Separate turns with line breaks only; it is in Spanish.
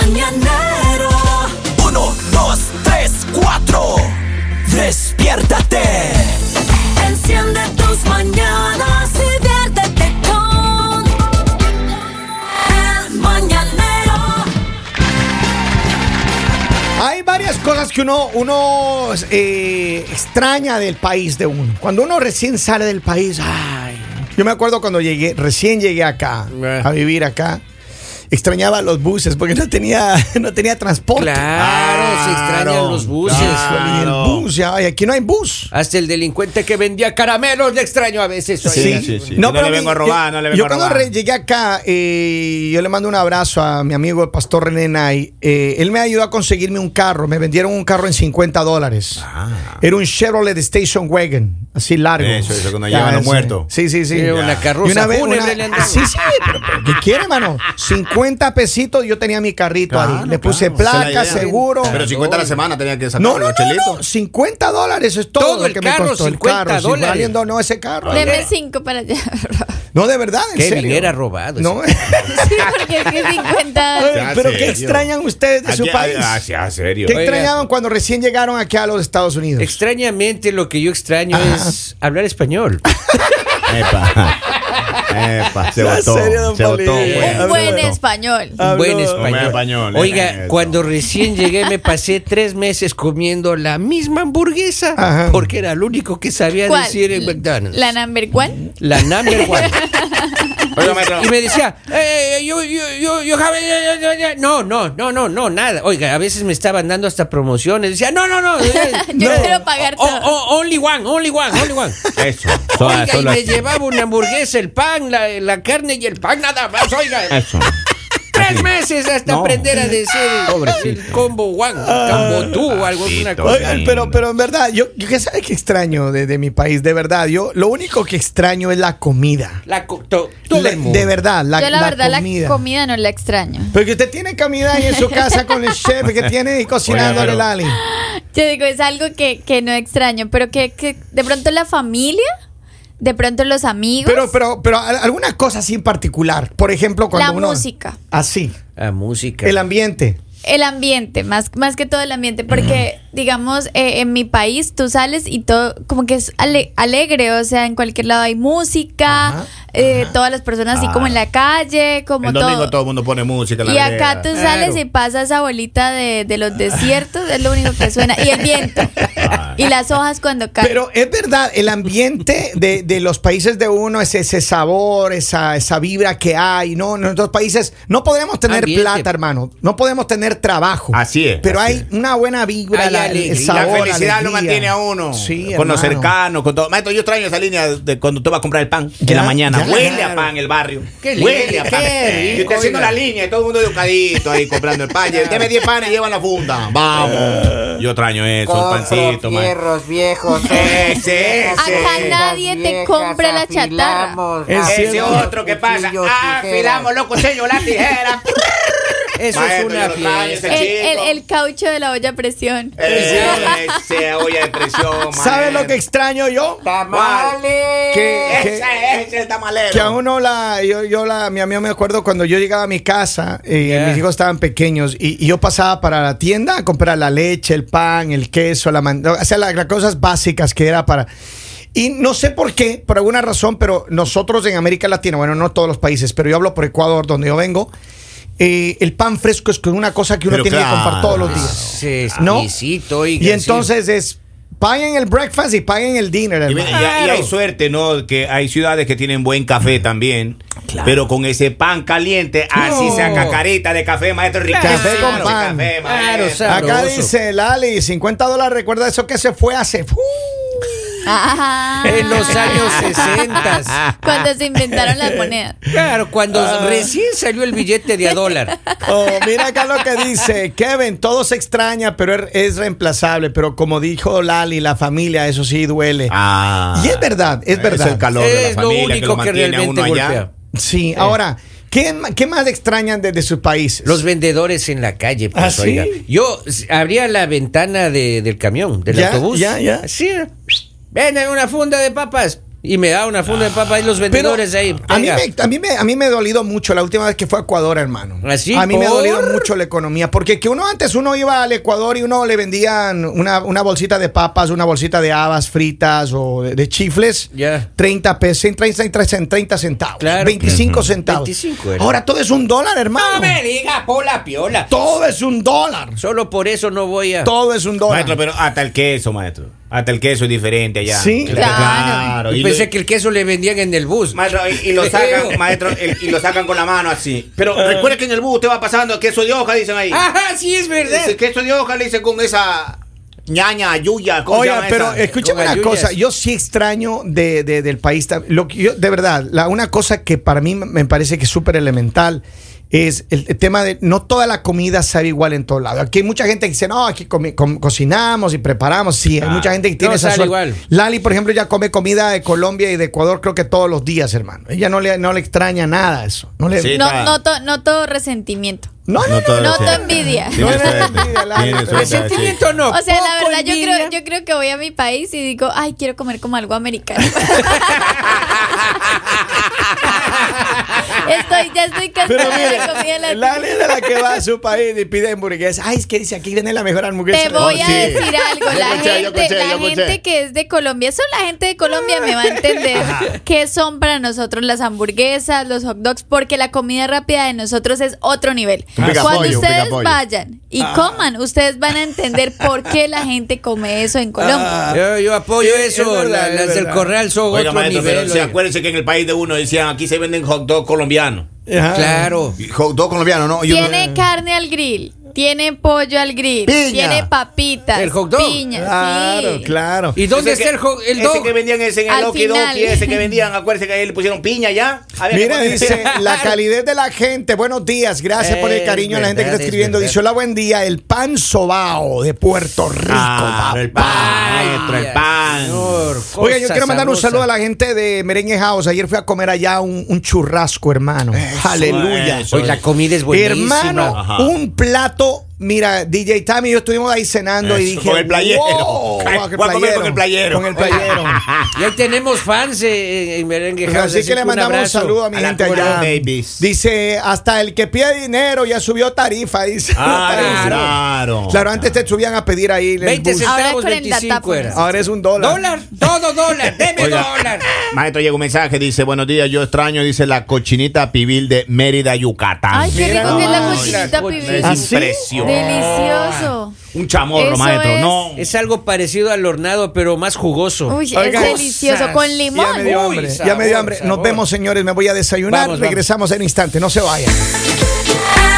mañanero. Uno, dos, tres, cuatro. Despiértate. Enciende tus mañanas y viértete con el mañanero.
Hay varias cosas que uno, uno eh, extraña del país de uno. Cuando uno recién sale del país, ay. Yo me acuerdo cuando llegué, recién llegué acá,
Eh.
a vivir acá. Extrañaba los buses porque no tenía, no tenía transporte.
Claro, se extrañan los buses.
Y el
Claro.
bus, ya, ay, aquí no hay bus.
Hasta el delincuente que vendía caramelos le extraño a veces. oiga.
Sí, sí, sí. No le
pero mí-
vengo a robar,
yo-
no le vengo
yo
a
cuando
robar.
re- llegué acá, eh, yo le mando un abrazo a mi amigo el pastor René Nay. Eh, él me ayudó a conseguirme un carro. Me vendieron un carro en 50 dólares. Era un Chevrolet Station Wagon, así largo.
Ah. Eso, eso que uno lleva a los
ese.
muertos.
Sí, sí, sí.
Era una
Ya.
carroza
Y una vez,
fúnebre
una- Ah,
le andaba.
Sí, sí. pero- pero ¿Qué quiere, mano? 50 pesitos yo tenía mi carrito
Claro,
ahí. Le puse
claro, esa
placa,
es la idea.
seguro.
Pero 50 a la semana tenía que sacar
No, no,
los
no,
chelitos.
no, 50 dólares es todo,
Todo
lo
el
que
carro,
me costó el
50
carro. si
dólares.
valiendo no ese carro.
Deme cinco para allá.
No, de verdad, en
Qué
serio.
bien era robado.
No,
sí, porque es que 50.
Ay, pero ¿qué
serio.
extrañan ustedes de su
Aquí-
país?
ah, sí, ah, serio.
¿Qué
Oiga.
extrañaban cuando recién llegaron aquí a los Estados Unidos?
Extrañamente lo que yo extraño
Ah.
es hablar español.
Epa. Epa, se
¿En
botó.
serio, don
Se botó.
Paulín?
güey,
Un
se
Buen
botó.
español.
Hablo-
Un buen
Un buen
español.
español, eh,
Oiga,
eso.
cuando recién llegué me pasé tres meses comiendo la misma hamburguesa
Ajá.
porque era lo único que sabía
¿Cuál?
decir en McDonald's.
¿La number one?
La number one.
Oiga, maestro.
Y me decía, eh, yo, yo, yo, yo, Javi, yo- yo- yo- yo- no, no, no, no, no, nada. Oiga, a veces me estaban dando hasta promociones. Decía, no, no, no. eh,
Yo quiero pagar
O-
todo.
o- only one, only one, only one.
Eso.
Oiga, y
solo
me llevaba una hamburguesa, el pan, la, la carne y el pan, nada más. Oiga,
Eso.
tres meses hasta
No.
aprender a decir el combo one, combo two, o alguna
papito.
cosa.
Oigan, pero, pero en verdad, yo, yo ¿qué sabes que extraño de, de mi país? De verdad, yo lo único que extraño es la comida.
La, co- to- todo
La-
el mundo.
de verdad, la,
Yo la, verdad
comida.
la comida no la extraño.
Porque usted tiene comida ahí en su casa con el chef que tiene y cocinándole
pero-
el ali.
Yo digo, es algo que, que no extraño, pero que, que de pronto la familia, de pronto los amigos,
Pero, pero, pero al- alguna cosa así en particular. Por ejemplo, cuando
La
uno-
música.
Así.
La música.
El ambiente.
el ambiente, más, más que todo el ambiente, porque digamos, eh, en mi país tú sales y todo como que es ale- alegre, o sea, en cualquier lado hay música, eh, todas las personas así como
Ah.
en la calle, como
El domingo
todo.
todo el mundo pone música. en la
Y acá
vereda.
tú sales
Claro.
y pasas esa bolita de, de los desiertos, es lo único que suena. Y el viento.
Ah.
Y las hojas cuando caen.
Pero es verdad, el ambiente de, de los países de uno es ese sabor, esa, esa vibra que hay, ¿no? En otros países no podemos tener
Ambiente.
plata, hermano. No podemos tener trabajo.
Así es,
Pero
así
hay una buena vibra,
Hay
la,
alegría.
el
La
sabor,
felicidad lo
alegría.
mantiene a uno.
Sí,
con los
hermano.
cercanos, con todo. Maestro, yo extraño esa línea de cuando tú vas a comprar el pan
Ya,
en la mañana.
ya.
Huele
Claro.
a pan el barrio.
Qué
Huele
lindo,
a pan.
qué
Y
rico,
usted haciendo
oiga.
la línea y todo el mundo educadito ahí comprando el pan. Deme 10 panes y llevan la
Eh.
funda. Vamos. Yo extraño eso, un pancito, maestro.
viejos.
Ese, ese.
Acá nadie te compra la chatarra.
Es
Ese
cierto.
otro que pasa. Afilamos, loco, señor, la tijera.
Eso es
Maestro,
una
yo lo extraño,
fiesta.
El, el, el caucho de la olla a presión.
Eh,
Ese, ese, olla de presión,
¿Sabes lo que
maestro.
extraño yo? Que- que-
Ese, ese está malero.
Que a uno la, yo, yo la, mi amigo me acuerdo cuando yo llegaba a mi casa, eh,
Yeah.
mis hijos estaban pequeños y, y yo pasaba para la tienda a comprar la leche, el pan, el queso, la man- o sea, la- las cosas básicas que era para... Y no sé por qué, por alguna razón, pero nosotros en América Latina, bueno, no todos los países, pero yo hablo por Ecuador, donde yo vengo, eh, el pan fresco es con una cosa que uno
Pero
tiene que comprar
claro.
todos los días.
Se
¿No?
exquisito, oiga,
y
sí.
entonces es, paguen el breakfast y paguen el dinner.
Y,
hermano.
mira, y- y hay suerte, ¿no? Que hay ciudades que tienen buen café también. Pero con ese pan caliente, así
No.
sea cacarita de café, maestro rico.
Café con pan.
Claro, o sea,
Acá
sabroso.
dice Lali, 50 dólares, recuerda eso que se fue hace...
Ajá.
En los años 60.
Cuando se inventaron las monedas.
Claro, cuando
Ah.
recién salió el billete de a dólar.
Oh, mira acá lo que dice Kevin, todo se extraña, pero er- es reemplazable. Pero como dijo Lali, la familia, eso sí duele.
Ah.
Y es verdad, es verdad.
Es el calor de la
Es lo
familia que, lo
único que,
mantiene a
realmente
uno allá.
golpea. Eh.
Sí, ahora, ¿qué, ma- qué más extrañan desde sus países?
Los vendedores en la calle, pues,
¿Ah, sí?
oiga. Yo s- abría la ventana de- del camión, del
Ya,
autobús.
ya, ya.
Así. Ven, hay una funda de papas. Y me da una funda de papa y
Ah,
los vendedores ahí.
A mí,
Venga.
me, a, mí me, a mí me ha dolido mucho la última vez que fue a Ecuador, hermano.
¿Ah, sí?
A mí me ha
¿Por?
dolido mucho la economía. Porque que uno antes, uno iba al Ecuador y uno le vendían una, una bolsita de papas, una bolsita de habas fritas o de, de chifles.
Ya.
30 pesos, en 30, en 30, en 30 centavos.
Claro.
25 centavos.
25 era.
Ahora todo es un dólar,
No
hermano.
me diga, pola piola.
todo es un dólar.
Solo por eso no voy a.
Todo es un dólar.
Maestro, pero hasta el queso, maestro. Hasta el queso es diferente allá.
Sí.
Claro.
Yo
Y
pensé
lo-
que el queso le vendían en el bus.
Maestro, y, y lo sacan, maestro, el- y lo sacan con la mano así. Pero recuerda que en el bus usted va pasando queso de hoja, dicen ahí.
Ajá, sí es verdad.
Dice, queso de hoja le dice con esa ñaña, yuya, ¿cómo se
Oye,
llama
pero
esa? eh,
escúchame
Con
una
ayuyas.
cosa, yo sí extraño de, de- del país. tam- Lo que yo, de verdad, la, una cosa que para mí me parece que es súper elemental es el, el tema de no toda la comida sabe igual en todo lado. Aquí hay mucha gente que dice, no, aquí comi- com- cocinamos y preparamos. Sí, hay
Ah,
mucha gente que tiene
no
esa suerte.
sabe igual.
Lali, por ejemplo, ya come comida de Colombia y de Ecuador creo que todos los días, hermano. Ella no le, no le extraña nada eso. No, le,
Sí.
No, no, to- no todo resentimiento.
no, no, no,
todo
No
lo sé.
te envidia.
Tiene
No, no,
suerte.
no, envidia, Lali,
Tiene
pero-
suerte, Ah, sí.
Resentimiento no.
O sea, la
Poco
verdad, yo
envidia.
creo, yo creo que voy a mi país y digo, ay, quiero comer como algo americano. estoy, ya estoy
Pero
cansada de la comida
mire,
latina.
Lali es de la que va a su país y pide hamburguesas. Ay, es que dice aquí viene la mejor hamburguesa.
Te
del
voy
mundo.
a
Oh, sí.
decir algo.
Yo
La
escuché, yo
gente,
escuché,
la
yo escuché.
gente que es de Colombia, solo la gente de Colombia me va a entender que son para nosotros las hamburguesas, los hot dogs, porque la comida rápida de nosotros es otro nivel.
Un picapollo,
Cuando
un
ustedes
picapollo.
vayan y coman, ustedes van a entender por qué la gente come eso en Colombia.
Yo, yo apoyo
Ah, Es- es
eso.
verdad,
la-
es
las del
verdad.
Corral son
Oiga,
otro
maestro,
nivel.
pero sí,
oiga.
acuérdense que en el país de uno decían, aquí se venden hot dog colombiano.
Ajá.
Claro.
Hot dog colombiano, ¿no? Yo-
Tiene carne al grill, tiene pollo al grill,
Piña.
tiene papitas,
El hot dog.
piña,
Claro,
sí.
claro.
¿Y dónde
Ese
está
que-
el, jo- el
Ese
dog?
que vendían ese en el
Al
Loki
final.
Doki, ese que vendían, acuérdense que ahí le pusieron piña ya. Había que
Mira,
poner-
dice la calidez de la gente. Buenos días, gracias por el
Es
cariño a la gente que
verdad,
está escribiendo.
es
Dice: Hola, buen día. El pan sobao de Puerto Rico.
Ah,
papá.
el pan, maestro, el pan.
Oiga, yo quiero mandar un saludo a la
la
gente de Merengue House. Ayer fui a comer allá un, un churrasco, hermano. Aleluya.
eso.
Hoy la comida es buenísima.
Hermano,
Ajá.
un plato. Mira, DJ Tami y yo estuvimos ahí cenando y
Eso,
dije.
con el playero.
"Wow,
Ay,
con el
voy a comer con el playero".
Con el playero.
Y ahí tenemos fans eh, en, en Merengue
Pues
House.
así que le mandamos un,
abrazo.
saludo a mi
a la
gente
Cora
allá.
Davis.
Dice, hasta el que pide dinero ya subió tarifa, dice.
Ah,
Claro.
claro.
Claro, antes te subían a pedir ahí el
20
bus.
Ahora
centavos,
con el
25
datáfono.
era.
Ahora es un dólar.
¿Dólar? Todo dólar. Deme
Oiga,
dólar.
Maestro, llega un mensaje, dice, buenos días, yo extraño, dice la cochinita pibil de Mérida, Yucatán.
Ay, qué
Mira
rico que es la
nomás.
cochinita pibil.
es
¿Ah, sí?
impresionante.
Delicioso.
Un chamorro,
Eso
maestro,
es.
no.
Es algo parecido al hornado, pero más jugoso.
Uy,
Oiga,
es delicioso. Con limón.
Ya me dio
Uy,
hambre. ya
sabor,
me dio hambre. Nos
sabor.
vemos, señores. Me voy a desayunar.
Vamos, vamos.
Regresamos en instante. No se vayan.
El